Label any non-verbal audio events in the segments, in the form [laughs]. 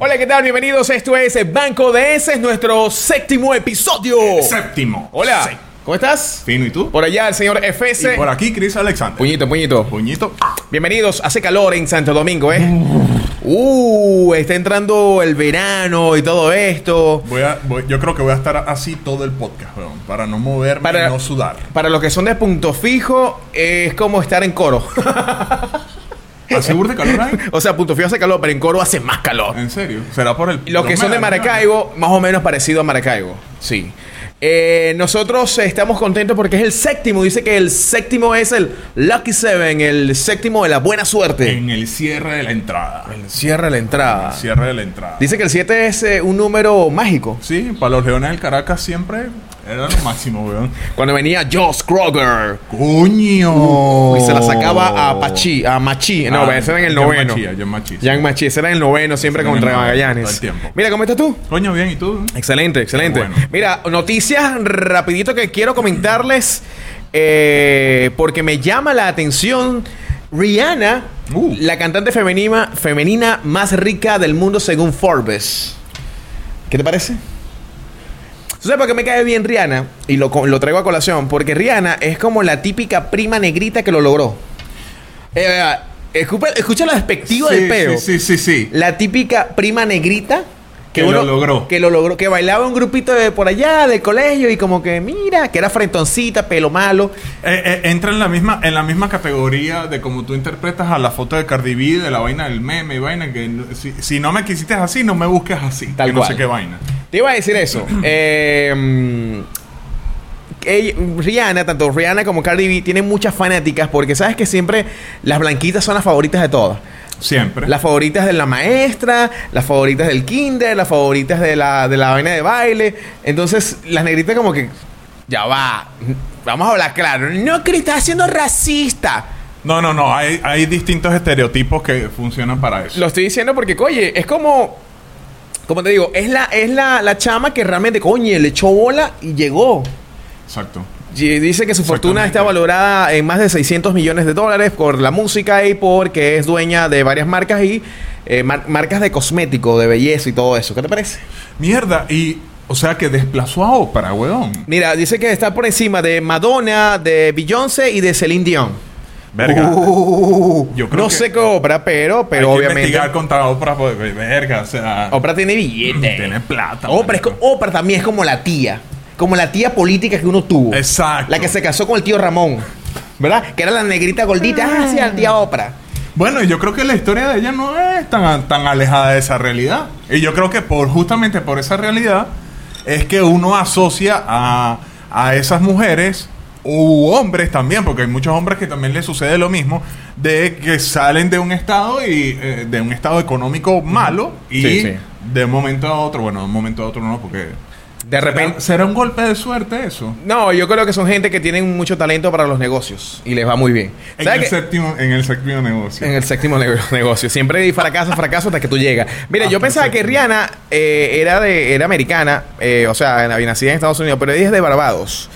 Hola, ¿qué tal? Bienvenidos. Esto es Banco de S, es nuestro séptimo episodio. Séptimo. Hola, Sí. ¿cómo estás? Fino, ¿y tú? Por allá el señor FS. Y por aquí, Chris Alexander. Puñito, puñito. Puñito. Bienvenidos. Hace calor en Santo Domingo, ¿eh? Uh, está entrando el verano y todo esto. Voy a- voy- yo creo que voy a estar así todo el podcast, weón. Para no moverme Para- y no sudar. Para los que son de punto fijo, es como estar en coro. [laughs] ¿Hace burda de calor ahí? o sea, punto fijo hace calor, pero en coro hace más calor. ¿En serio? ¿Será por el.? Y Los que son de Maracaibo, más o menos parecido a Maracaibo. Sí. Eh, nosotros estamos contentos porque es el séptimo. Dice que el séptimo es el Lucky Seven, el séptimo de la buena suerte. En el cierre de la entrada. El cierre de la entrada. Cierre de la entrada. Dice que el 7 es eh, un número mágico. Sí, para los Leones del Caracas siempre era lo máximo, weón. Cuando venía Joss Kroger ¡Coño! Uh, y se la sacaba a Pachi, a Machi. No, Ah, ese era en el Jan noveno. Machi, a Jan Machi. Jan Machi, ese era en el noveno, siempre Ese era en contra el noveno, todo Magallanes. el tiempo. Mira, ¿cómo estás tú? Coño, bien, ¿y tú? Excelente, excelente. Bueno. Mira, noticias rapidito que quiero comentarles eh, porque me llama la atención Rihanna, Uh. la cantante femenina, femenina más rica del mundo según Forbes. ¿Qué te parece? ¿Tú sabes por qué me cae bien Rihanna? Y lo, co- lo traigo a colación. Porque Rihanna es como la típica prima negrita que lo logró. Eh, escucha, escucha la despectiva del peo. Sí, sí, sí. sí. La típica prima negrita Que lo logró. Que lo logró, que bailaba un grupito de por allá, del colegio, y como que mira, que era frentoncita, pelo malo. Eh, eh, entra en la misma en la misma categoría de como tú interpretas a la foto de Cardi B de la vaina del meme y vaina que no- si, si no me quisiste así no me busques así Tal que no cual. sé qué vaina Te iba a decir [clears throat] eso. Eh, mm, ella- Rihanna, tanto Rihanna como Cardi B, tienen muchas fanáticas porque sabes que siempre las blanquitas son las favoritas de todas. siempre Las favoritas de la maestra, las favoritas del kinder, las favoritas de la, de la vaina de baile. Entonces, las negritas como que, ya va, vamos a hablar claro. No, que estás siendo racista. no no no hay, hay distintos estereotipos que funcionan para eso Lo estoy diciendo porque, oye, es como, como te digo, es la, es la, la chama que realmente, coño, le echó bola y llegó. exacto Y dice que su fortuna está valorada en más de 600 millones de dólares por la música y porque es dueña de varias marcas y eh, mar- marcas de cosmético, de belleza y todo eso. ¿Qué te parece? mierda y o sea que desplazó a Oprah weón Mira, dice que está por encima de Madonna, de Beyoncé y de Celine Dion. verga Uh, Yo creo no que- sé qué Oprah, pero, pero hay que obviamente. investigar contra Oprah porque, verga o sea Oprah tiene billete. tiene plata Oprah, es co- marico. Oprah también es como la tía. Como la tía política que uno tuvo. Exacto. La que se casó con el tío Ramón. ¿Verdad? Que era la negrita gordita. Ah, sí, la tía Oprah. Bueno, yo creo que la historia de ella no es tan, tan alejada de esa realidad. Y yo creo que por justamente por esa realidad es que uno asocia a, a esas mujeres u hombres también, porque hay muchos hombres que también les sucede lo mismo, de que salen de un estado y eh, de un estado económico malo y Sí, sí. de un momento a otro, bueno, de un momento a otro no, porque De repente. será, será un golpe de suerte eso. No, yo creo que son gente que tienen mucho talento para los negocios y les va muy bien. En ¿Sabes el, qué? séptimo, en el séptimo negocio. En el séptimo ne- [laughs] negocio. Siempre hay fracaso, fracaso hasta que tú llegas. Mira, Hasta yo el pensaba que séptimo. Rihanna eh, era de era americana, eh, o sea, en- nacida en Estados Unidos, pero ella es de Barbados.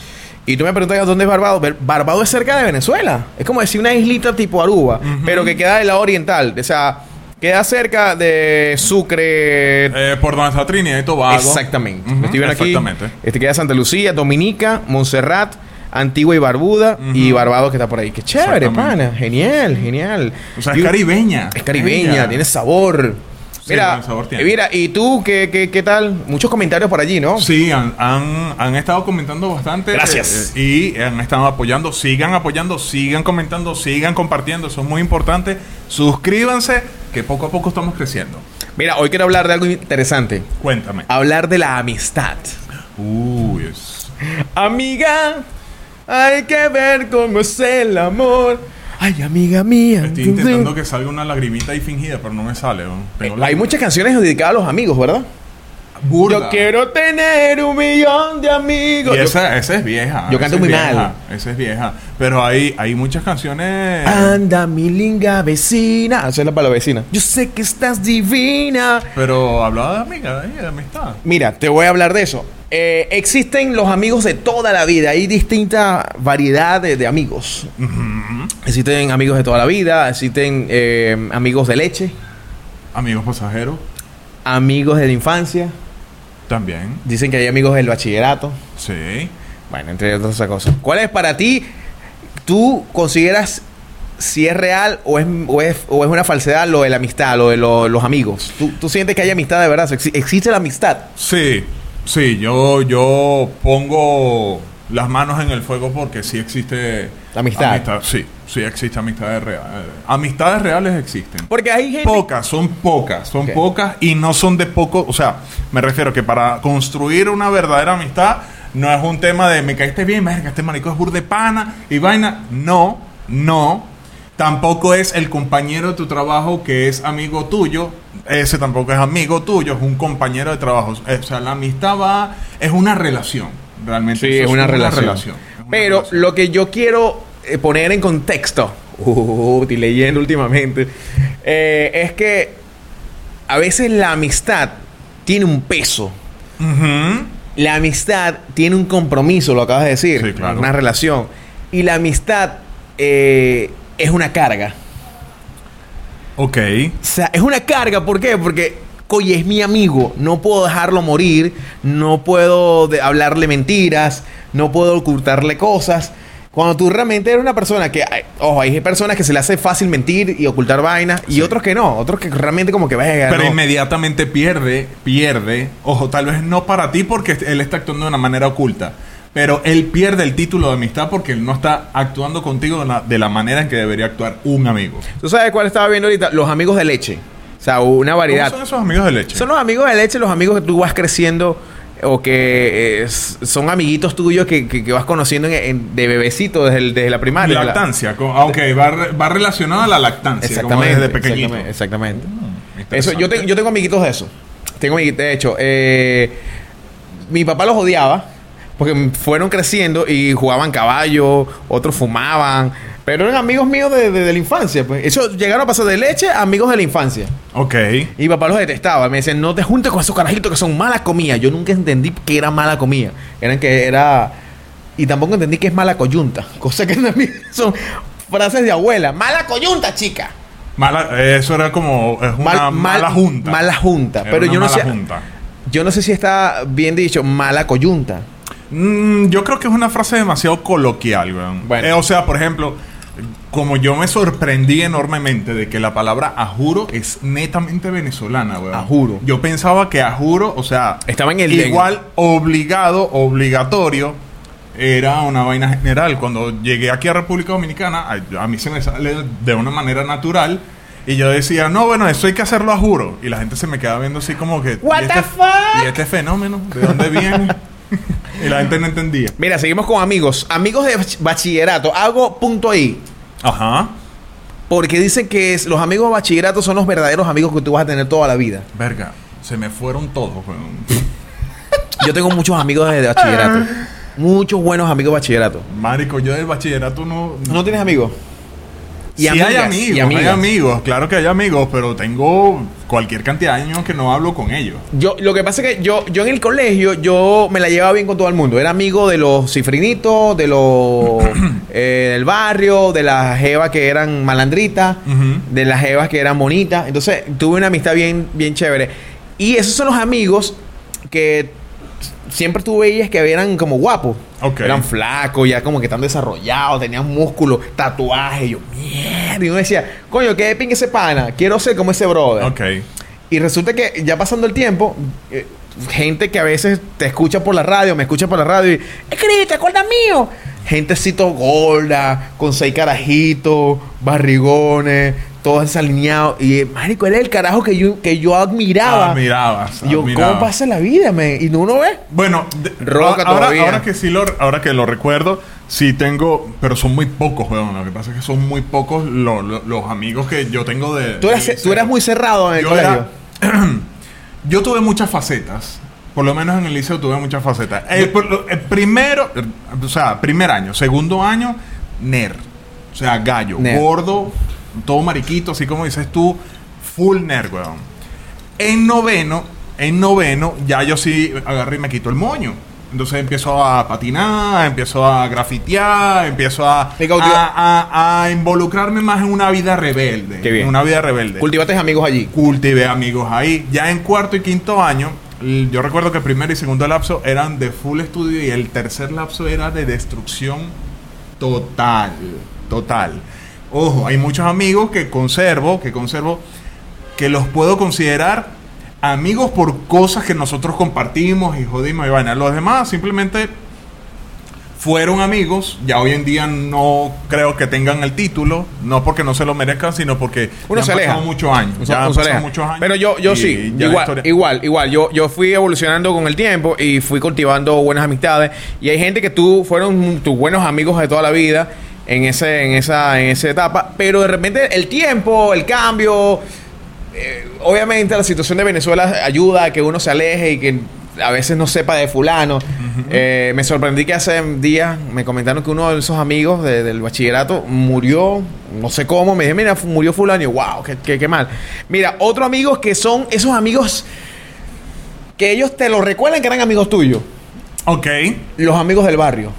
Y tú me preguntas dónde es Barbados. Ver- Barbados es cerca de Venezuela. Es como decir una islita tipo Aruba, pero que queda del lado oriental. O sea, queda cerca de Sucre, Eh, por donde está Trinidad y Tobago. Exactamente. Ujú, Me estoy viendo aquí. Exactamente. Este queda Santa Lucía, Dominica, Montserrat, Antigua y Barbuda y Barbados que está por ahí. Qué chévere, Exactamente. pana. Genial, genial. O sea, Y- es caribeña. Es caribeña, tiene sabor. Sí, Mira, buen sabor tiene. mira, ¿y tú qué, qué, qué tal? Muchos comentarios por allí, ¿no? Sí, han, han, han estado comentando bastante. Gracias. eh, y han estado apoyando. Sigan apoyando, sigan comentando, sigan compartiendo. Eso es muy importante. Suscríbanse, que poco a poco estamos creciendo. Mira, hoy quiero hablar de algo interesante. Cuéntame. Hablar de la amistad. Uy, es- Amiga, hay que ver cómo es el amor. Ay, amiga mía. estoy intentando que salga una lagrimita ahí fingida, pero no me sale. ¿no? Tengo la- Eh, Hay muchas canciones dedicadas a los amigos, ¿verdad? burda. Yo quiero tener un millón de amigos. Y Yo- esa, esa es vieja. Yo canto esa es muy vieja, mal. Esa es vieja. Pero hay, hay muchas eh. canciones. Anda, mi linda vecina. Hacerla para Ah, la vecina. Yo sé que estás divina. Pero hablaba de amiga, de amistad. Mira, te voy a hablar de eso. Eh, existen los amigos de toda la vida. Hay distinta variedad de, de amigos. Existen amigos de toda la vida. Existen eh, amigos de leche. Amigos pasajeros. amigos de la infancia. También. Dicen que hay amigos del bachillerato. Sí. Bueno, entre otras cosas. ¿Cuál es para ti? ¿Tú consideras si es real o es, o es, o es una falsedad lo de la amistad, lo de lo- los amigos? ¿Tú, tú sientes que hay amistad de verdad? ¿Ex- ¿Existe la amistad? Sí, sí, yo, yo pongo las manos en el fuego porque sí existe Amistad. sí, sí existe amistades reales. Amistades reales existen. Porque hay gente... Pocas, son pocas, son Ok. pocas y no son de poco, o sea, me refiero que para construir una verdadera amistad no es un tema de me caíste bien, verga, este marico es burde pana y vaina, no, no. Tampoco es el compañero de tu trabajo que es amigo tuyo, ese tampoco es amigo tuyo, es un compañero de trabajo, Eh, o sea, la amistad va es una relación, realmente Sí, eso es una relación. es una Pero relación. lo que yo quiero eh, poner en contexto, [laughs] uh, estoy leyendo últimamente, eh, es que a veces la amistad tiene un peso. Ujú. La amistad tiene un compromiso, lo acabas de decir. Sí, claro. Una relación. Y la amistad eh, es una carga. Ok. O sea, es una carga, ¿por qué? Porque, oye, es mi amigo, no puedo dejarlo morir, no puedo de- hablarle mentiras, no puedo ocultarle cosas. Cuando tú realmente eres una persona que, ay, ojo, hay personas que se le hace fácil mentir y ocultar vainas, y otros que no, otros que realmente como que vaya Pero inmediatamente pierde, pierde. Ojo, tal vez no para ti porque él está actuando de una manera oculta. Pero él pierde el título de amistad porque él no está actuando contigo de la, de la manera en que debería actuar un amigo. ¿Tú sabes cuál estaba viendo ahorita? Los amigos de leche. O sea, una ¿Cómo variedad. son esos amigos de leche? Son los amigos de leche, los amigos que tú vas creciendo o que eh, s- son amiguitos tuyos que, que- que vas conociendo en- en- de bebecito desde, el- desde la primaria. La- lactancia. con- ah, ok, va, re- va relacionado a la lactancia. Exactamente. Como desde pequeñito. Exactamente. exactamente. Mm, Eso, interesante. yo, te- yo tengo amiguitos de eso. Tengo amiguitos, de hecho. eh, mi papá los odiaba porque fueron creciendo y jugaban caballo, otros fumaban. Pero eran amigos míos de, de- de la infancia. Pues. Eso llegaron a pasar de leche a amigos de la infancia. Ok. Y mi papá los detestaba. Me decían, no te juntes con esos carajitos que son mala comida. Yo nunca entendí que era mala comida. Eran que era. Y tampoco entendí que es mala coyunta. Cosa que [laughs] también son frases de abuela. Mala coyunta, chica. Mala- eso era como es Mal- una mal- mala junta. mala junta, Era pero una yo no mala sé- junta. Yo no sé si está bien dicho, mala coyunta. Mm, yo creo que es una frase demasiado coloquial, weón. Bueno. Eh, o sea, por ejemplo, como yo me sorprendí enormemente de que la palabra ajuro es netamente venezolana, weón. Ajuro. Yo pensaba que ajuro, o sea, Estaba en el- igual obligado, obligatorio. Era una vaina general. Cuando llegué aquí a República Dominicana, a, a mí se me sale de una manera natural. Y yo decía, no, bueno, eso hay que hacerlo a juro. Y la gente se me quedaba viendo así como que... What "¿Y the fuck?" ¿Y este fenómeno? ¿De [laughs] dónde viene? y la gente no entendía. Mira, seguimos con amigos. Amigos de bach- bachillerato. Hago punto ahí. Ajá. Porque dicen que es- los amigos de bachillerato son los verdaderos amigos que tú vas a tener toda la vida. Verga, se me fueron todos, weón. Yo tengo muchos amigos de, de bachillerato. Muchos buenos amigos de bachillerato. Marico, yo del bachillerato no. ¿No tienes amigos? Sí hay amigas, amigos, y amigas. hay amigos, claro que hay amigos, pero tengo cualquier cantidad de años que no hablo con ellos. Yo, lo que pasa es que yo, yo en el colegio, yo me la llevaba bien con todo el mundo. Era amigo de los cifrinitos, de [coughs] los eh, del barrio, de las jevas que eran malandritas, Ujú. de las jevas que eran bonitas. Entonces, tuve una amistad bien, bien chévere. Y esos son los amigos que siempre tú veías que eran como guapos. Ok. Eran flacos, ya como que están desarrollados, tenían músculo, tatuajes. Yo, mierda. Y uno decía, coño, qué de pingue ese pana. Quiero ser como ese brother. Ok. Y resulta que ya pasando el tiempo, eh, gente que a veces te escucha por la radio, me escucha por la radio y escribe, ¿te acuerdas mío? Gentecito gorda, con seis carajitos, barrigones, todo desalineado. Y, eh, marico, él es el carajo que yo, que yo admiraba. Ah, mirabas. Y yo, admirabas. ¿cómo pasa la vida, man? Y uno ve. Bueno, de- Roca a- ahora, todavía. ahora que sí lo, ahora que lo recuerdo, sí tengo, pero son muy pocos, weón. Lo que pasa es que son muy pocos lo- lo- los amigos que yo tengo de. Tú eras, de- tú eras muy cerrado en el yo colegio. era- [clears throat] yo tuve muchas facetas. Por lo menos en el liceo tuve muchas facetas. El, por lo- el primero, o sea, primer año. Segundo año, nerd. O sea, gallo. Nerd. Gordo, todo mariquito, así como dices tú. Full nerd, weón. En noveno, en noveno, ya yo sí agarré y me quito el moño. Entonces empiezo a patinar, empiezo a grafitear, empiezo a, Me cautivó. a, a- a involucrarme más en una vida rebelde. Qué bien. En una vida rebelde. Cultivaste amigos allí. Cultivé amigos ahí. Ya en cuarto y quinto año, l- yo recuerdo que el primer y segundo lapso eran de full estudio y el tercer lapso era de destrucción total. Total. Ojo, hay muchos amigos que conservo, que conservo, que los puedo considerar amigos por cosas que nosotros compartimos y jodimos y vaina. Los demás simplemente fueron amigos, ya hoy en día no creo que tengan el título, no porque no se lo merezcan, sino porque Uno ya se han aleja. pasado muchos años. Uno se- ya han uno se pasado aleja. muchos años Pero yo, yo y sí, ya la igual, historia- igual, igual. Yo, yo fui evolucionando con el tiempo y fui cultivando buenas amistades. Y hay gente que tú fueron tus buenos amigos de toda la vida en, ese, en, esa, en esa etapa. Pero de repente el tiempo, el cambio, eh, obviamente la situación de Venezuela ayuda a que uno se aleje y que a veces no sepa de fulano. Eh, me sorprendí que hace días me comentaron que uno de esos amigos de- del bachillerato murió, no sé cómo, me dije, mira, fu- murió fulano, y yo, wow, qué, qué- qué mal. Mira, otro amigo que son esos amigos que ellos te lo recuerdan que eran amigos tuyos, Ok, los amigos del barrio.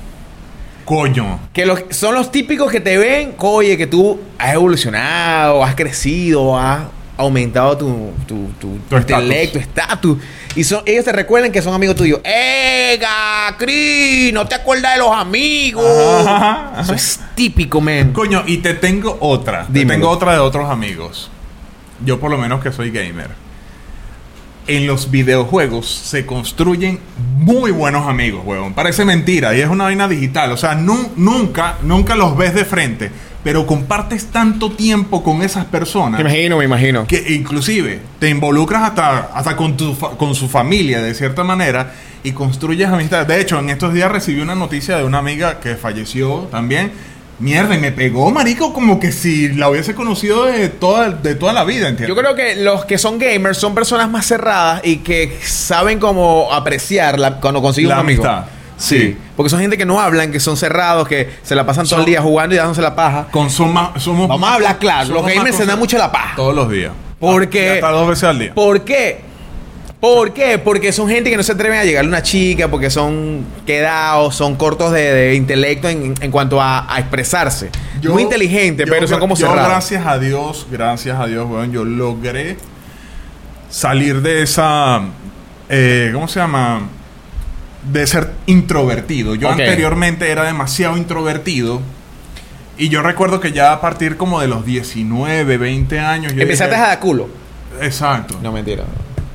coño. Que los, son los típicos que te ven, oye, que tú has evolucionado, has crecido, has aumentado tu, tu, tu, tu estatus. intelecto, estatus. Y son, ellos te recuerdan que son amigos tuyos. ¡Ega, Cris! No te acuerdas de los amigos. Ajá, ajá. Eso es típico, men. [laughs] Coño, y te tengo otra. Te Dímelo. tengo otra de otros amigos. Yo por lo menos que soy gamer. En los videojuegos se construyen muy buenos amigos, huevón. Parece mentira y es una vaina digital. O sea, nu- nunca, nunca los ves de frente. Pero compartes tanto tiempo con esas personas. imagino, me imagino. Que inclusive te involucras hasta, hasta con, tu fa- con su familia, de cierta manera, y construyes amistades. De hecho, en estos días recibí una noticia de una amiga que falleció también. Mierda, y me pegó, marico, como que si la hubiese conocido de toda, de toda la vida, ¿entiendes? Yo creo que los que son gamers son personas más cerradas y que saben cómo apreciar la- cuando consiguen La un amigo. amistad. Sí. Sí. Porque son gente que no hablan, que son cerrados, que se la pasan todo el Son- día jugando y dándose la paja. Con soma- somos Vamos a hablar claro. somos Los gamers más se dan conser- mucho la paja. Todos los días. Porque- Hasta dos veces al día. ¿Por qué? ¿Por qué? Porque son gente que no se atreven a llegarle a una chica, porque son quedados, son cortos de, de intelecto en, en cuanto a, a expresarse. Yo- Muy inteligente, yo pero son gra- como yo, cerrados. gracias a Dios, gracias a Dios, weón, yo logré salir de esa. eh, ¿Cómo se llama? De ser introvertido. Yo Ok. anteriormente era demasiado introvertido. Y yo recuerdo que ya a partir como de los 19, 20 años. yo Empezaste dije- a dar culo. Exacto, No, mentira.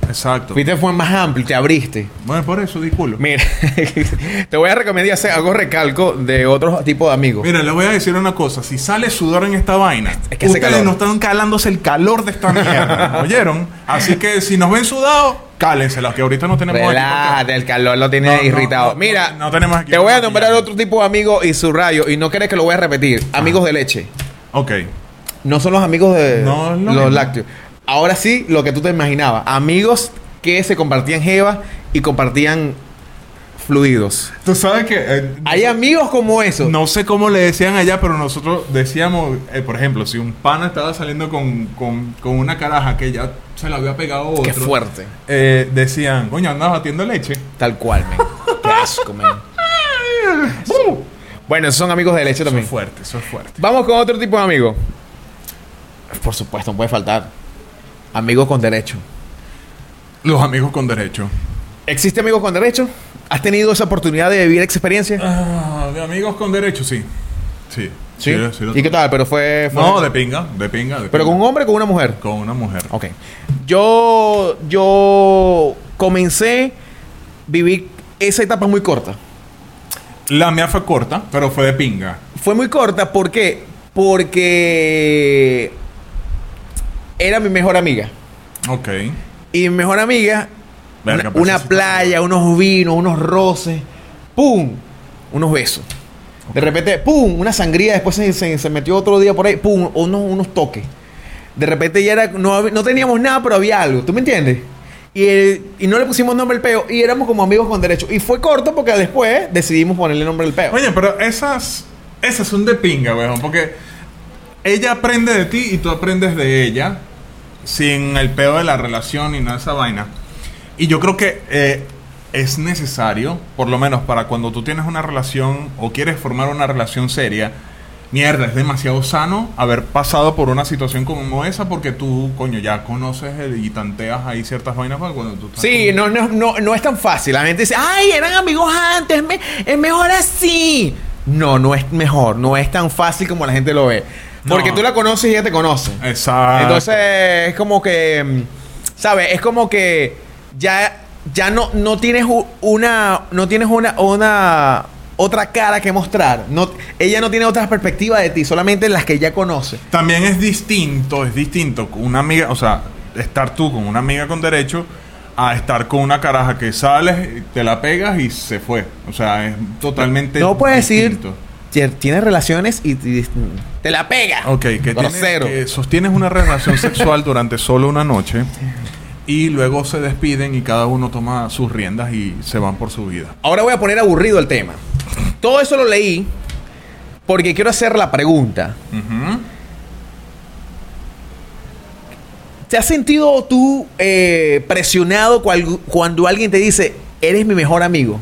exacto. Fuiste fue más amplio, te abriste. Bueno, por eso di culo. Mira, [laughs] te voy a recomendar hacer algo recalco de otro tipo de amigos. Mira, les voy a decir una cosa. Si sale sudor en esta vaina, Es que hace ustedes calor. no están calándose el calor de esta [laughs] mierda. ¿Oyeron? Así que si nos ven sudados, cálense. Los que ahorita no tenemos aquí, Relájate, el calor lo tiene No, no, irritado. no, Mira, no, no tenemos aquí te voy a porque nombrar ya- otro tipo de amigo y su rayo. Y no crees que lo voy a repetir. Amigos de leche. porque- Ok. No son los amigos de No, es lo los mismo. lácteos. Ahora sí, lo que tú te imaginabas. Amigos que se compartían jevas y compartían fluidos. Tú sabes que... eh, Hay amigos como eso. no sé cómo le decían allá, pero nosotros decíamos... eh, por ejemplo, si un pana estaba saliendo con, con- con una caraja que ya se la había pegado a otro... Qué fuerte. eh, decían, coño, andas batiendo leche. Tal cual, men. Qué asco, [laughs] men. Bueno, esos son amigos de leche Eso también. es fuerte, eso es fuerte. Vamos con otro tipo de amigo. Por supuesto, no puede faltar. Amigos con derecho. Los amigos con derecho. ¿Existe amigos con derecho? ¿Has tenido esa oportunidad de vivir esa experiencia? Ah, de amigos con derecho, sí. Sí. Sí. lo- ¿Y qué tal? Pero fue. fue- No, de pinga, de pinga. de ¿Pero con pinga. un hombre o con una mujer? Con una mujer. Ok. Yo, yo comencé vivir esa etapa muy corta. La mía fue corta, pero fue de pinga. Fue muy corta, ¿por qué? Porque era mi mejor amiga. Ok. Y mi mejor amiga, Verga, una, pero una eso sí está playa, unos vinos, unos roces, ¡pum! Unos besos. De repente, ¡pum! Una sangría, después se, se- se metió otro día por ahí, ¡pum! Unos, unos toques. De repente ya era, no, hab- no teníamos nada, pero había algo, ¿tú me entiendes? Y, el- y no le pusimos nombre al peo y éramos como amigos con derecho. Y fue corto porque después decidimos ponerle nombre al peo. Oye, pero esas, esas son de pinga, weón, porque ella aprende de ti y tú aprendes de ella, sin el pedo de la relación y nada de esa vaina. Y yo creo que eh, es necesario, por lo menos para cuando tú tienes una relación o quieres formar una relación seria, mierda, es demasiado sano haber pasado por una situación como esa porque tú, coño, ya conoces el- y tanteas ahí ciertas vainas para cuando tú estás Sí, con- no, no, no, no es tan fácil. La gente dice, ay, eran amigos antes, me- es mejor así. No, no es mejor, no es tan fácil como la gente lo ve. Porque No. Ah, tú la conoces y ella te conoce. Exacto. Entonces, es como que, mm, ¿sabes? Es como que ya, ya no, no tienes u- una, no tienes una, una, otra cara que mostrar. No, ella no tiene otra perspectiva de ti, solamente las que ya conoce. También es distinto, es distinto una amiga, o sea, estar tú con una amiga con derecho a estar con una caraja que sales, te la pegas y se fue. O sea, es totalmente No puedes decir, distinto. "Tie- tienes relaciones y, y- te la pega. Ok, que, tienes- Grosero. que sostienes una relación sexual durante solo una noche y luego se despiden y cada uno toma sus riendas y se van por su vida. Ahora voy a poner aburrido el tema. Todo eso lo leí porque quiero hacer la pregunta. Ujú. ¿Te has sentido tú eh, presionado cual- cuando alguien te dice, eres mi mejor amigo?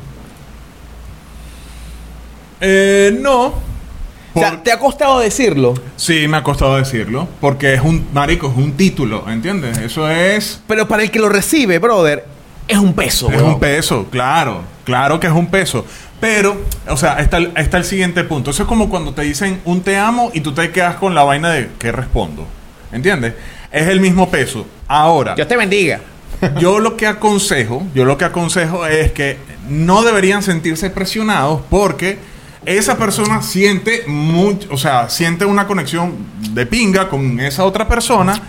Eh, no. O sea, Por- ¿te ha costado decirlo? Sí, me ha costado decirlo. Porque es un, marico, es un título, ¿entiendes? Eso es... Pero para el que lo recibe, brother, es un peso. Es weón. un peso, claro. Claro que es un peso. Pero, o sea, está, el- está el siguiente punto. Eso es como cuando te dicen un te amo y tú te quedas con la vaina de ¿qué respondo? ¿Entiendes? Es el mismo peso. Ahora, Dios te bendiga. yo lo que aconsejo, yo lo que aconsejo es que no deberían sentirse presionados porque esa persona siente mucho, o sea, siente una conexión de pinga con esa otra persona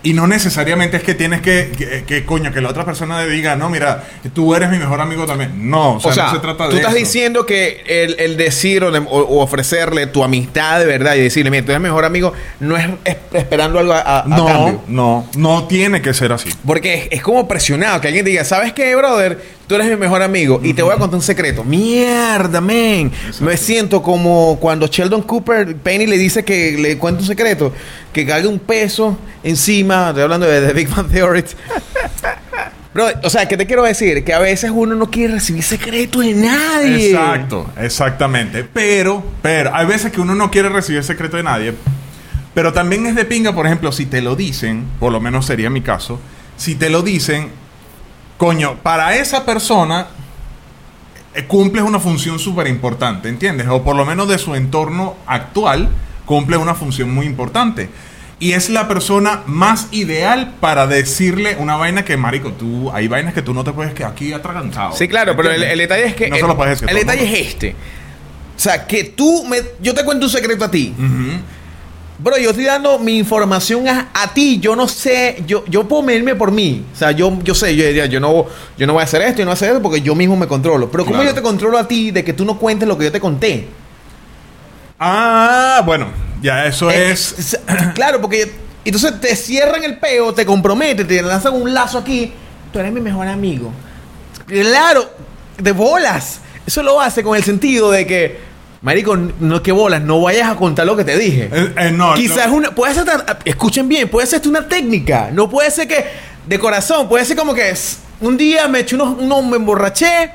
y no necesariamente es que tienes que, que, que, coño, que la otra persona le diga, no, mira, tú eres mi mejor amigo también. No, o sea, O sea, no se trata de tú estás eso. diciendo que el, el decir o, le- o- o ofrecerle tu amistad de verdad y decirle, mira, tú eres mi mejor amigo, no es es- esperando algo a, a- a cambio. No, no, no tiene que ser así. Porque es, es como presionado que alguien te diga, ¿sabes qué, brother? Tú eres mi mejor amigo y te voy a contar un secreto. Mierda, men. Me siento como cuando Sheldon Cooper, Penny le dice que le cuente un secreto, que caiga un peso encima. Estoy hablando de The Big Bang [laughs] Theory. Bro, o sea, ¿qué te quiero decir? Que a veces uno no quiere recibir secretos de nadie. Exacto, exactamente. Pero, pero, hay veces que uno no quiere recibir secreto de nadie. Pero también es de pinga, por ejemplo, si te lo dicen, por lo menos sería mi caso, si te lo dicen, coño, para esa persona eh, cumples una función súper importante, ¿entiendes? O por lo menos de su entorno actual, cumple una función muy importante. Y es la persona más ideal para decirle una vaina que, marico, tú, hay vainas que tú no te puedes quedar aquí atragantado. Sí, claro, pero el, ¿entiendes? el detalle es que. No el, se lo puedes decir el a todo detalle mundo. es este. O sea, que tú me. Yo te cuento un secreto a ti. Ujú. Bro, yo estoy dando mi información a, a ti. Yo no sé, yo, yo puedo medirme por mí. O sea, yo, yo sé, yo diría, yo no, yo no voy a hacer esto, yo no voy a hacer esto porque yo mismo me controlo. Pero ¿cómo Claro. yo te controlo a ti de que tú no cuentes lo que yo te conté? Ah, bueno, ya eso Eh, es. s- [clears throat] claro, porque entonces te cierran el peo, te comprometen, te lanzan un lazo aquí. Tú eres mi mejor amigo. Claro, de bolas. Eso lo hace con el sentido de que, marico, no que bolas, no vayas a contar lo que te dije. eh, eh, no, Quizás no. una. Puede ser. tan- Escuchen bien, puede ser hasta una técnica. No puede ser que. De corazón, puede ser como que. s- Un día me eché unos. unos- me emborraché.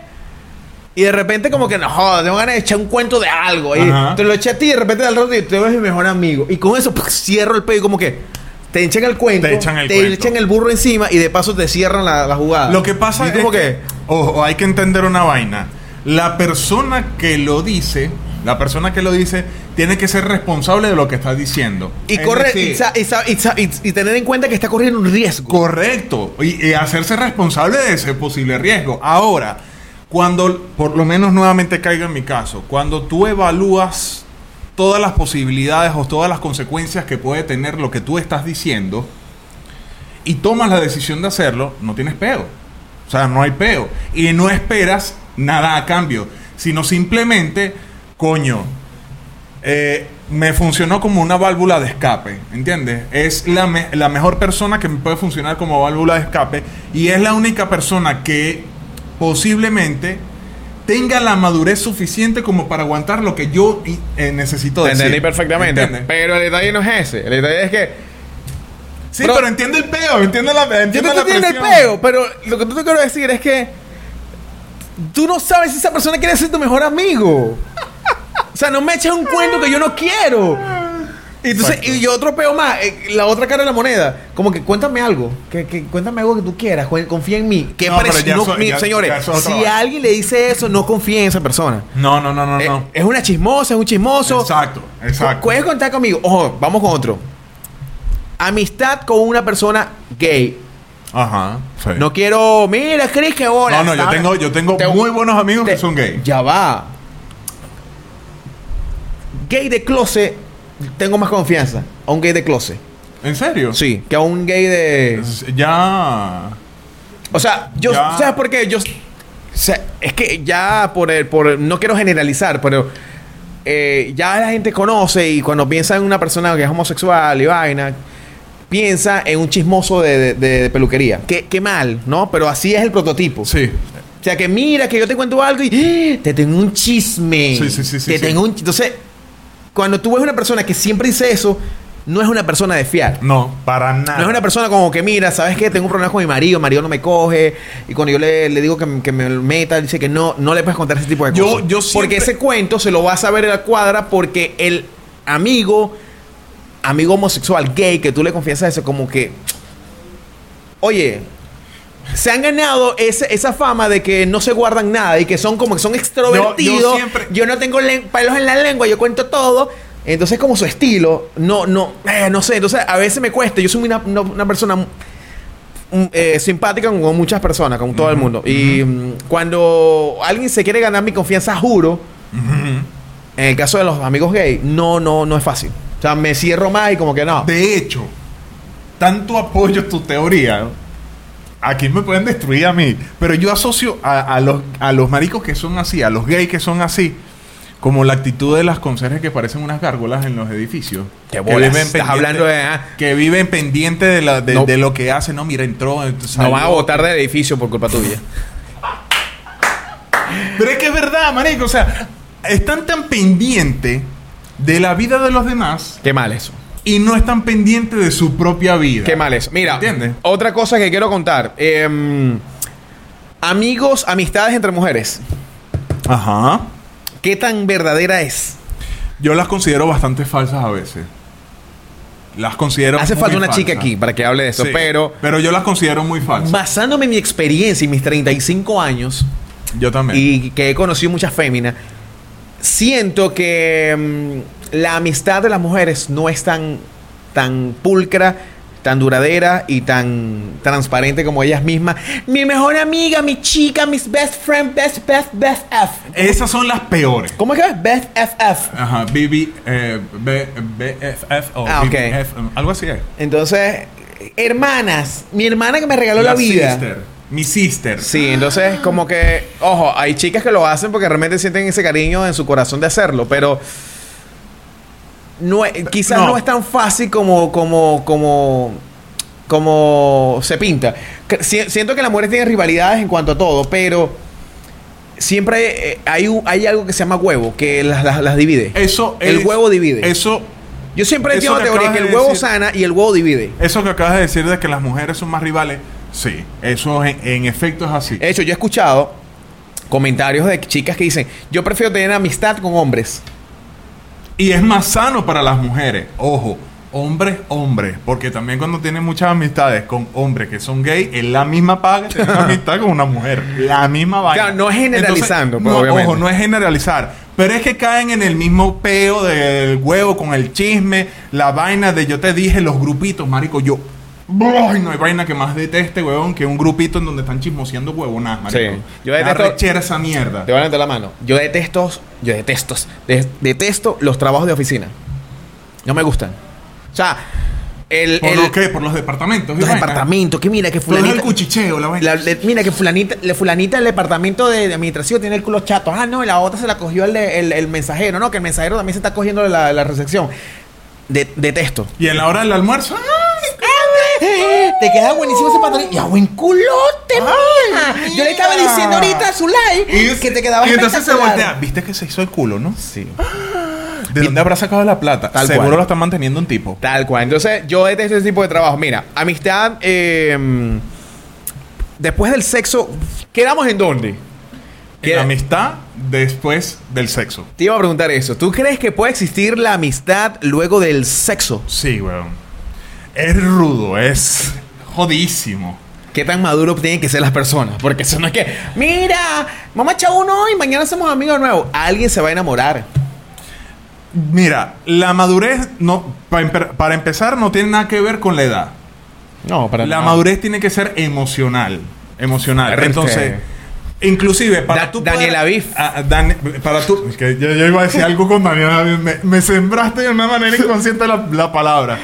Y de repente, como que no joda, tengo ganas de echar un cuento de algo. Y Ajá. te lo eché a ti y de repente al rato te ves mi mejor amigo. Y con eso pues, cierro el pedo y como que. Te echan el cuento. Te echan el cuento. echan el burro encima y de paso te cierran la, la jugada. Lo que pasa Y es como Ah, que. Ojo, hay que entender una vaina. La persona que lo dice, la persona que lo dice, tiene que ser responsable de lo que está diciendo. Y Es corre. decir, y sa- y sa- y sa- y- y tener en cuenta que está corriendo un riesgo. Correcto. Y, y hacerse responsable de ese posible riesgo. Ahora, cuando, por lo menos nuevamente caigo en mi caso, cuando tú evalúas todas las posibilidades o todas las consecuencias que puede tener lo que tú estás diciendo y tomas la decisión de hacerlo, no tienes peo. O sea, no hay peo. Y no esperas nada a cambio, sino simplemente, coño, eh, me funcionó como una válvula de escape, ¿entiendes? Es la, me- la mejor persona que me puede funcionar como válvula de escape y es la única persona que posiblemente tenga la madurez suficiente como para aguantar lo que yo i- eh, necesito Te decir. entendí perfectamente. ¿Entiendes? Pero el detalle no es ese. El detalle es que. Sí, Pero- pero, entiende el peo, entiende la Yo entiende te la estoy entiendo el presión. peo, pero lo que tú te quiero decir es que. tú no sabes si esa persona quiere ser tu mejor amigo. O sea, no me eches un cuento que yo no quiero. Y entonces, Exacto. y yo otro peo más, eh, la otra cara de la moneda. Como que cuéntame algo, que, que cuéntame algo que tú quieras, cu- confía en mí. Que No, parece- pero ya no, eso- mi- ya- señores, ya eso es otra si vaina. alguien le dice eso, no confía en esa persona. No, no, no, no, Eh, no. Es una chismosa, es un chismoso. Exacto, exacto. Cu- Puedes contar conmigo. Ojo, vamos con otro. Amistad con una persona gay. Ajá. sí. No quiero, mira, Chris, que bola. No, no, yo ¿sabes? tengo, yo tengo Te- muy buenos amigos que te- son gay. Ya va. Gay de closet, tengo más confianza. A un gay de closet. ¿En serio? Sí, que a un gay de. Es- Ya. O sea, yo. Ya. ¿Sabes por qué? Yo. O sea, es que ya por el. Por el- no quiero generalizar, pero. eh, ya la gente conoce y cuando piensa en una persona que es homosexual y vaina. Piensa en un chismoso de, de- de peluquería. Qué, qué mal, ¿no? Pero así es el prototipo. Sí. O sea, que mira, que yo te cuento algo y ¡ah! te tengo un chisme. Sí, sí, sí, sí, Te sí. tengo un... ch- Entonces, cuando tú ves una persona que siempre dice eso, no es una persona de fiar. No, para nada. No es una persona como que, mira, ¿sabes qué? Tengo un problema con mi marido, mi marido no me coge. Y cuando yo le, le digo que, m- que me meta, dice que no, no le puedes contar ese tipo de Yo- cosas. yo siempre- Porque ese cuento se lo va a saber en la cuadra porque el amigo, amigo homosexual, gay, que tú le confiesas eso, como que, oye, se han ganado ese- esa fama de que no se guardan nada y que son como que son extrovertidos. Yo, siempre- no tengo len- pelos en la lengua, yo cuento todo. Entonces, como su estilo, no, no, eh, no sé. Entonces, a veces me cuesta. Yo soy una, una- una persona mm, eh, simpática con muchas personas, con todo el mundo. Y mm, cuando alguien se quiere ganar mi confianza, juro, en el caso de los amigos gay, no, no, no es fácil. O sea, me cierro más y como que no. De hecho, tanto apoyo tu teoría. Aquí me pueden destruir a mí. Pero yo asocio a, a los, a los maricos que son así, a los gays que son así, como la actitud de las conserjes que parecen unas gárgolas en los edificios. Qué Que bolas, estás viven pendiente- hablando de- ah. Que viven pendiente de, la, de, No. de lo que hacen. No, mira, entró. entonces Nos van a salió. botar del edificio por culpa tuya. Pero es que es verdad, marico. O sea, están tan pendientes de la vida de los demás Qué mal eso. y no están pendientes de su propia vida. Qué mal eso. Mira, ¿Entiendes? otra cosa que quiero contar. Em, amigos, amistades entre mujeres. Ajá. ¿Qué tan verdadera es? Yo las considero bastante falsas a veces. Las considero. Hace muy falta una falsas. chica aquí para que hable de eso, Sí, pero Pero yo las considero muy falsas. basándome en mi experiencia y mis 35 años yo también. y que he conocido muchas féminas, siento que mm, la amistad de las mujeres no es tan, tan pulcra, tan duradera y tan transparente como ellas mismas. Mi mejor amiga, mi chica, mis best friend, best, best, best F. Esas son las peores. ¿Cómo es que es? Best FF. Ajá. BB. Eh, B- BFF o Ah, ok. BBF, Algo así es. Entonces, hermanas, mi hermana que me regaló la, La vida. Sister. Mi sister. Sí, entonces como que, ojo, hay chicas que lo hacen porque realmente sienten ese cariño en su corazón de hacerlo, pero no, es- quizás no. No. es tan fácil como como como como se pinta. Que si- siento que las mujeres tienen rivalidades en cuanto a todo, pero siempre eh, hay un- hay algo que se llama huevo que las, las- las divide. Eso el es- huevo divide. Eso, Yo siempre eso tengo la que teoría acabas que el de huevo decir- sana y el huevo divide. eso que acabas de decir de que las mujeres son más rivales. Sí. Eso en, en efecto es así. De hecho, yo he escuchado comentarios de chicas que dicen, yo prefiero tener amistad con hombres. Y es más sano para las mujeres. Ojo, hombres, hombres. Porque también cuando tienen muchas amistades con hombres que son gay, es la misma paga que tener una amistad con una mujer. [laughs] La misma vaina. Claro, no es generalizando, Entonces, pues, no, obviamente. Ojo, no es generalizar. Pero es que caen en el mismo peo del huevo con el chisme, la vaina de yo te dije, los grupitos, marico, yo. ¡Ay! no hay vaina que más deteste, huevón, que un grupito en donde están chismoseando huevonadas, marico. Sí. Yo Yo detesto- esa mierda. Te van a levantar la mano. Yo detesto, yo detesto, de- detesto los trabajos de oficina. No me gustan. O sea, el, ¿Por el- lo qué? Por los departamentos. y los vaina. departamentos, que mira que Todo es fulanita. el cuchicheo, la la- vaina. le- mira que fulanita, le fulanita el departamento de, de administrativo tiene el culo chato. Ah, no, y la otra se la cogió el, de- el- el mensajero. No, que el mensajero también se está cogiendo la, la recepción. De- detesto. Y en la hora del almuerzo, ¡ah! ¡ay! [laughs] Te queda buenísimo ese pantalón. Y a buen culote, mija. Yo le estaba mira. diciendo ahorita a Zulay Y- que te quedaba Y entonces se espectacular. voltea. ¿Viste que se hizo el culo, no? Sí. ¿De dónde habrá sacado la plata? Tal Seguro cual. lo está manteniendo un tipo. Tal cual. Entonces, yo detesto ese tipo de trabajo. Mira, amistad. em, eh, después del sexo, ¿quedamos en dónde? ¿Qué? en la amistad después del sexo. Te iba a preguntar eso. ¿Tú crees que puede existir la amistad luego del sexo? Sí, weón. Es rudo, es jodísimo. ¿Qué tan maduro tienen que ser las personas? Porque eso no es que, mira, vamos a echar uno y mañana somos amigos de nuevo. Alguien se va a enamorar. Mira, la madurez, no, para, empe- para empezar, no tiene nada que ver con la edad. No, para La madurez tiene que ser emocional. Emocional. Fuerte. Entonces, inclusive para Da- tú. Daniel poder- Aviv. Ah, ah, Dan- para tú. es que yo, yo iba a decir algo con Daniel Aviv. Me, me sembraste de una manera inconsciente la, la palabra.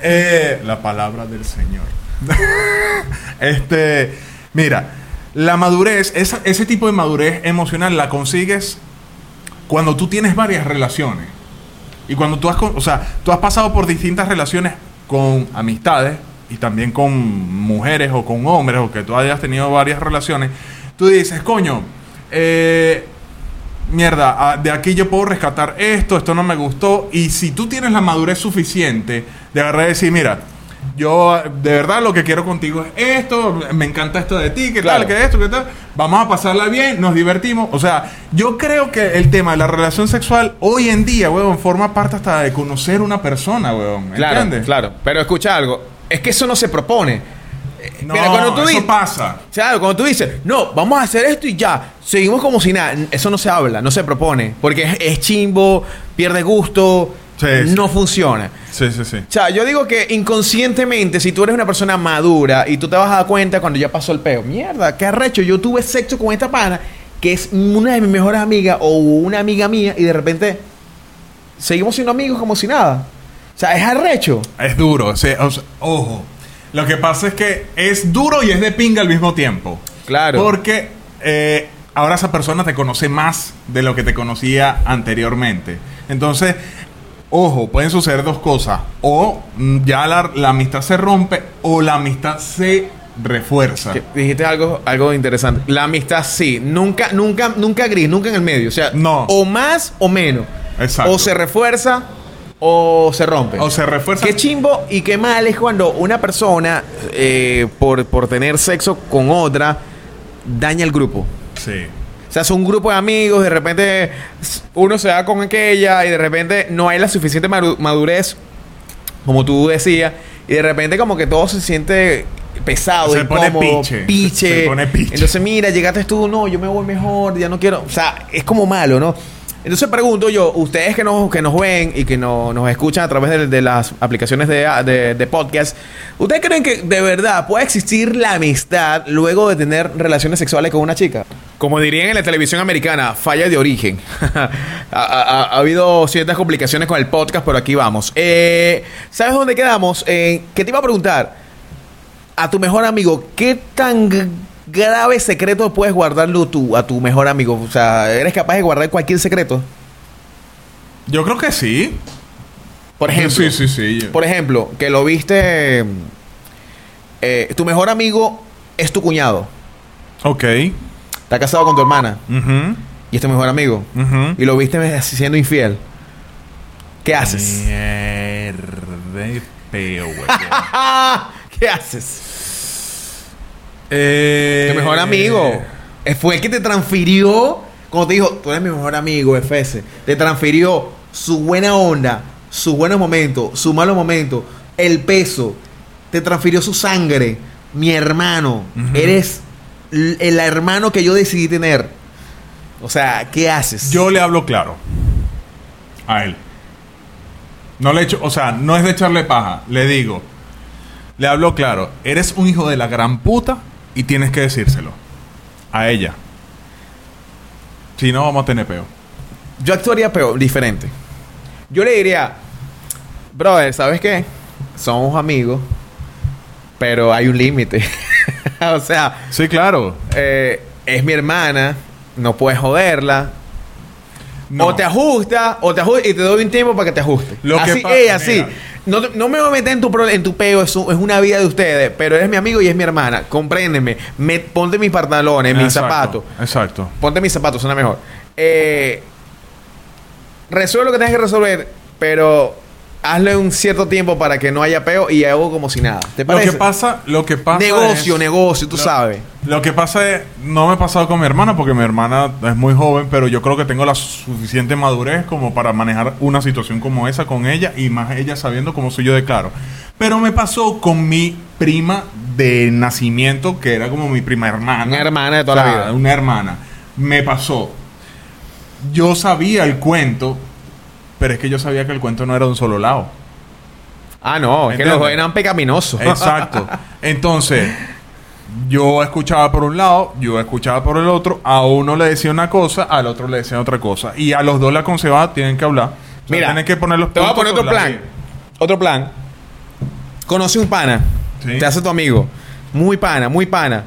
Eh, la palabra del Señor. [laughs] este. Mira, la madurez, esa- ese tipo de madurez emocional la consigues cuando tú tienes varias relaciones. Y cuando tú has, con- o sea, tú has pasado por distintas relaciones con amistades y también con mujeres o con hombres o que tú hayas tenido varias relaciones, tú dices, coño, eh, mierda, ah, de aquí yo puedo rescatar esto, esto no me gustó. Y si tú tienes la madurez suficiente de agarrar y decir, mira, yo ah, de verdad lo que quiero contigo es esto, me encanta esto de ti, qué Claro. tal, qué esto, qué tal. Vamos a pasarla bien, nos divertimos. O sea, yo creo que el tema de la relación sexual hoy en día, weón, forma parte hasta de conocer una persona, weón. Claro, ¿Entiendes? claro. Pero escucha algo. Es que eso no se propone. Eh, No, mira, cuando tú eso dices, pasa. Claro, cuando tú dices, no, vamos a hacer esto y ya, seguimos como si nada, eso no se habla, no se propone, porque es, es chimbo, pierde gusto, Sí, sí. no funciona. Sí, sí, sí. O sea, yo digo que inconscientemente, si tú eres una persona madura y tú te vas a dar cuenta cuando ya pasó el peo, mierda, qué arrecho, yo tuve sexo con esta pana que es una de mis mejores amigas o una amiga mía y de repente seguimos siendo amigos como si nada. O sea, es arrecho. Es duro, o sea, o sea, ojo. Lo que pasa es que es duro y es de pinga al mismo tiempo. Claro. Porque eh, ahora esa persona te conoce más de lo que te conocía anteriormente. Entonces, ojo, pueden suceder dos cosas. O mm, ya la, la amistad se rompe o la amistad se refuerza. Que dijiste algo, algo interesante. La amistad sí. Nunca, nunca, nunca gris, nunca en el medio. O sea, No. o más o menos. Exacto. O se refuerza o se rompe. O se refuerza. Qué chimbo y qué mal es cuando una persona, eh, por, por tener sexo con otra, daña el grupo. Sí. O sea, es un grupo de amigos, de repente s- uno se da con aquella y de repente no hay la suficiente maru- madurez, como tú decías, y de repente como que todo se siente pesado, Se pone incómodo, piche. piche. Se pone piche. Entonces, mira, llegaste tú, no, yo me voy mejor, ya no quiero. O sea, es como malo, ¿no? Entonces pregunto yo, ustedes que nos, que nos ven y que no- nos escuchan a través de, de las aplicaciones de, de- de podcast, ¿ustedes creen que de verdad puede existir la amistad luego de tener relaciones sexuales con una chica? Como dirían en la televisión americana, falla de origen. [laughs] ha, ha- ha habido ciertas complicaciones con el podcast, pero aquí vamos. Eh, ¿Sabes dónde quedamos? Eh, ¿Qué te iba a preguntar? a tu mejor amigo, ¿qué tan g- grave secreto puedes guardarlo tú a tu mejor amigo? O sea, ¿eres capaz de guardar cualquier secreto? Yo creo que sí. Por ejemplo, Sí, sí, sí. yo- por ejemplo, que lo viste, eh, tu mejor amigo es tu cuñado, Ok. está casado con tu hermana Ujú, y es tu mejor amigo ujú. y lo viste siendo infiel. ¿Qué Mm. haces? Mierda, peo, güey. [laughs] ¡Ah! ¿Qué haces? Eh, Tu mejor amigo eh, fue el que te transfirió, como te dijo, tú eres mi mejor amigo, FS. Te transfirió su buena onda, sus buenos momentos, sus malos momentos, el peso. Te transfirió su sangre, mi hermano. Ujú. Eres l- el hermano que yo decidí tener. O sea, ¿qué haces? Yo le hablo claro. A él. No le echo, o sea, no es de echarle paja. Le digo, le hablo claro. Eres un hijo de la gran puta y tienes que decírselo. A ella. Si no, vamos a tener peo. Yo actuaría peor, diferente. Yo le diría, brother, ¿sabes qué? Somos amigos, pero hay un límite. [laughs] o sea, Sí, claro. eh, es mi hermana, no puedes joderla. O te ajusta, o te ajusta, y te doy un tiempo para que te ajuste. Lo que así, pasa- ey, así. mira. No, te- no me voy a meter en tu, pro- en tu peo, es, un- es una vida de ustedes, pero eres mi amigo y es mi hermana. Compréndeme. Me, ponte mis pantalones, mis Exacto, zapatos. Exacto. Ponte mis zapatos, suena mejor. Eh, resuelve lo que tengas que resolver, pero hazlo en un cierto tiempo para que no haya peo y hago como si nada. ¿Te Lo parece? que pasa, lo que pasa negocio, es- negocio, tú lo- sabes. Lo que pasa es, no me ha pasado con mi hermana porque mi hermana es muy joven, pero yo creo que tengo la suficiente madurez como para manejar una situación como esa con ella y más ella sabiendo cómo soy yo de claro. Pero me pasó con mi prima de nacimiento, que era como mi prima hermana. Una hermana de toda la vida. Una hermana. Me pasó. Yo sabía el cuento, pero es que yo sabía que el cuento no era de un solo lado. Ah, no, es que ¿Entiendes? los jóvenes eran pecaminosos. [laughs] Exacto. Entonces, yo escuchaba por un lado, yo escuchaba por el otro, a uno le decía una cosa, al otro le decía otra cosa. Y a los dos la concebada tienen que hablar. O sea, Mira, tienen que poner los Te voy a poner puntos otro sobre la plan. Otro plan. Conoce un pana. Sí. Te hace tu amigo. Muy pana, muy pana.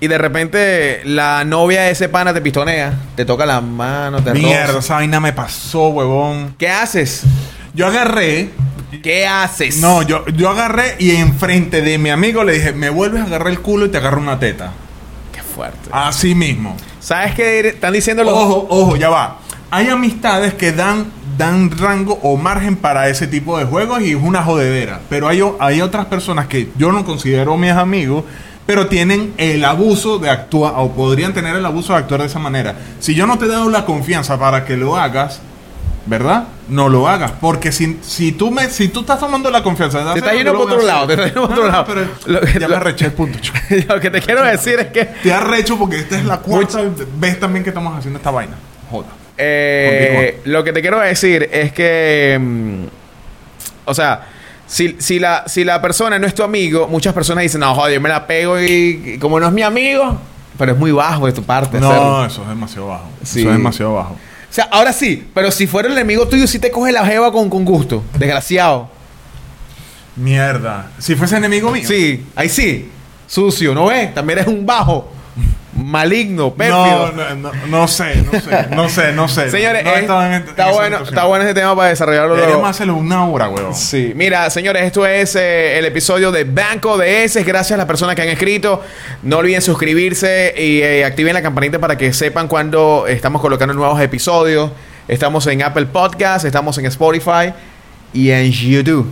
Y de repente la novia de ese pana te pistonea. Te toca la mano, te i. Mierda, roza. esa vaina me pasó, huevón. ¿Qué haces? Yo agarré. ¿Qué haces? No, yo, yo agarré y enfrente de mi amigo le dije, me vuelves a agarrar el culo y te agarro una teta. Qué fuerte. Así mismo. ¿Sabes qué están diciendo los Ojo, ojo, ya va. Hay amistades que dan, dan rango o margen para ese tipo de juegos y es una jodedera. Pero hay, o- hay otras personas que yo no considero mis amigos, pero tienen el abuso de actuar o podrían tener el abuso de actuar de esa manera. Si yo no te he dado la confianza para que lo hagas, ¿verdad? No lo hagas. Porque si, si, tú, me, si tú estás tomando la confianza de Te estás hacerlo, yendo yo por lo voy a otro hacer. lado, te estás yendo por No, otro no, lado. pero Lo que- ya lo- me arreché el punto, chico. [laughs] Lo que te quiero decir es que. Te arrecho porque esta es la cuarta vez también que estamos haciendo esta vaina. Joda. Eh, lo que te quiero decir es que. mm, o sea, si, si, la, si la persona no es tu amigo, muchas personas dicen, no, joder, yo me la pego y, y como no es mi amigo. Pero es muy bajo de tu parte. hacerlo". No, eso es demasiado bajo. Sí. Eso es demasiado bajo. O sea, ahora sí, pero si fuera el enemigo tuyo, sí te coge la jeva con, con gusto. Desgraciado. Mierda. Si fuese enemigo mío. Sí, ahí sí. Sucio, ¿no ves? También eres un bajo. Maligno, pérfido. No, no, no, no sé, no sé, no sé, no sé. Señores, No eh, estaba en- en está, esa bueno, situación. está bueno ese tema para desarrollarlo luego. Deberíamos hacerlo una hora, huevón. Sí, mira, señores, esto es eh, el episodio de Banco de S. Gracias a las personas que han escrito. No olviden suscribirse y eh, activen la campanita para que sepan cuando estamos colocando nuevos episodios. Estamos en Apple Podcast, estamos en Spotify y en YouTube.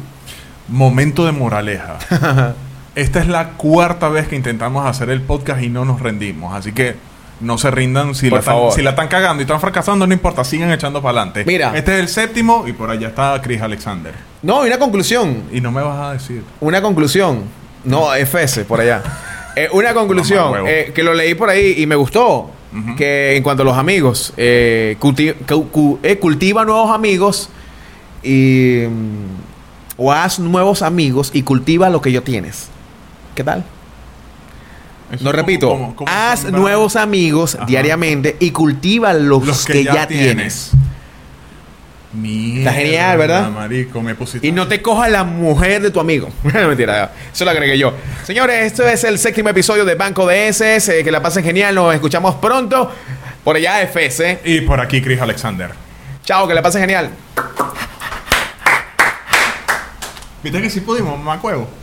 Momento de moraleja. [laughs] Esta es la cuarta vez que intentamos hacer el podcast y no nos rendimos. Así que no se rindan si, Por la, están, favor. si la están cagando y están fracasando, no importa, sigan echando para adelante. Mira. Este es el séptimo y por allá está Chris Alexander. No, y una conclusión. Y no me vas a decir. Una conclusión. No, FS, por [laughs] allá. Eh, una Mamá conclusión huevo. eh, que lo leí por ahí y me gustó. Ujú. Que en cuanto a los amigos, eh, culti- cu- cu- eh, cultiva nuevos amigos y. mm, o haz nuevos amigos y cultiva lo que ya tienes. ¿Qué tal? Eso Lo es como- repito. como- como haz sembrar- nuevos amigos Ajá. diariamente y cultiva los, los que, ya, tienes. Mierda, Está genial, ¿verdad? Marico, me pusiste. Y no te coja la mujer de tu amigo. [laughs] Mentira, eso lo agregué yo. Señores, esto es el séptimo episodio de Banco de S. Eh, que la pasen genial. Nos escuchamos pronto. Por allá, FS. Y por aquí, Chris Alexander. Chao, que la pasen genial. Viste que sí pudimos, macuevo.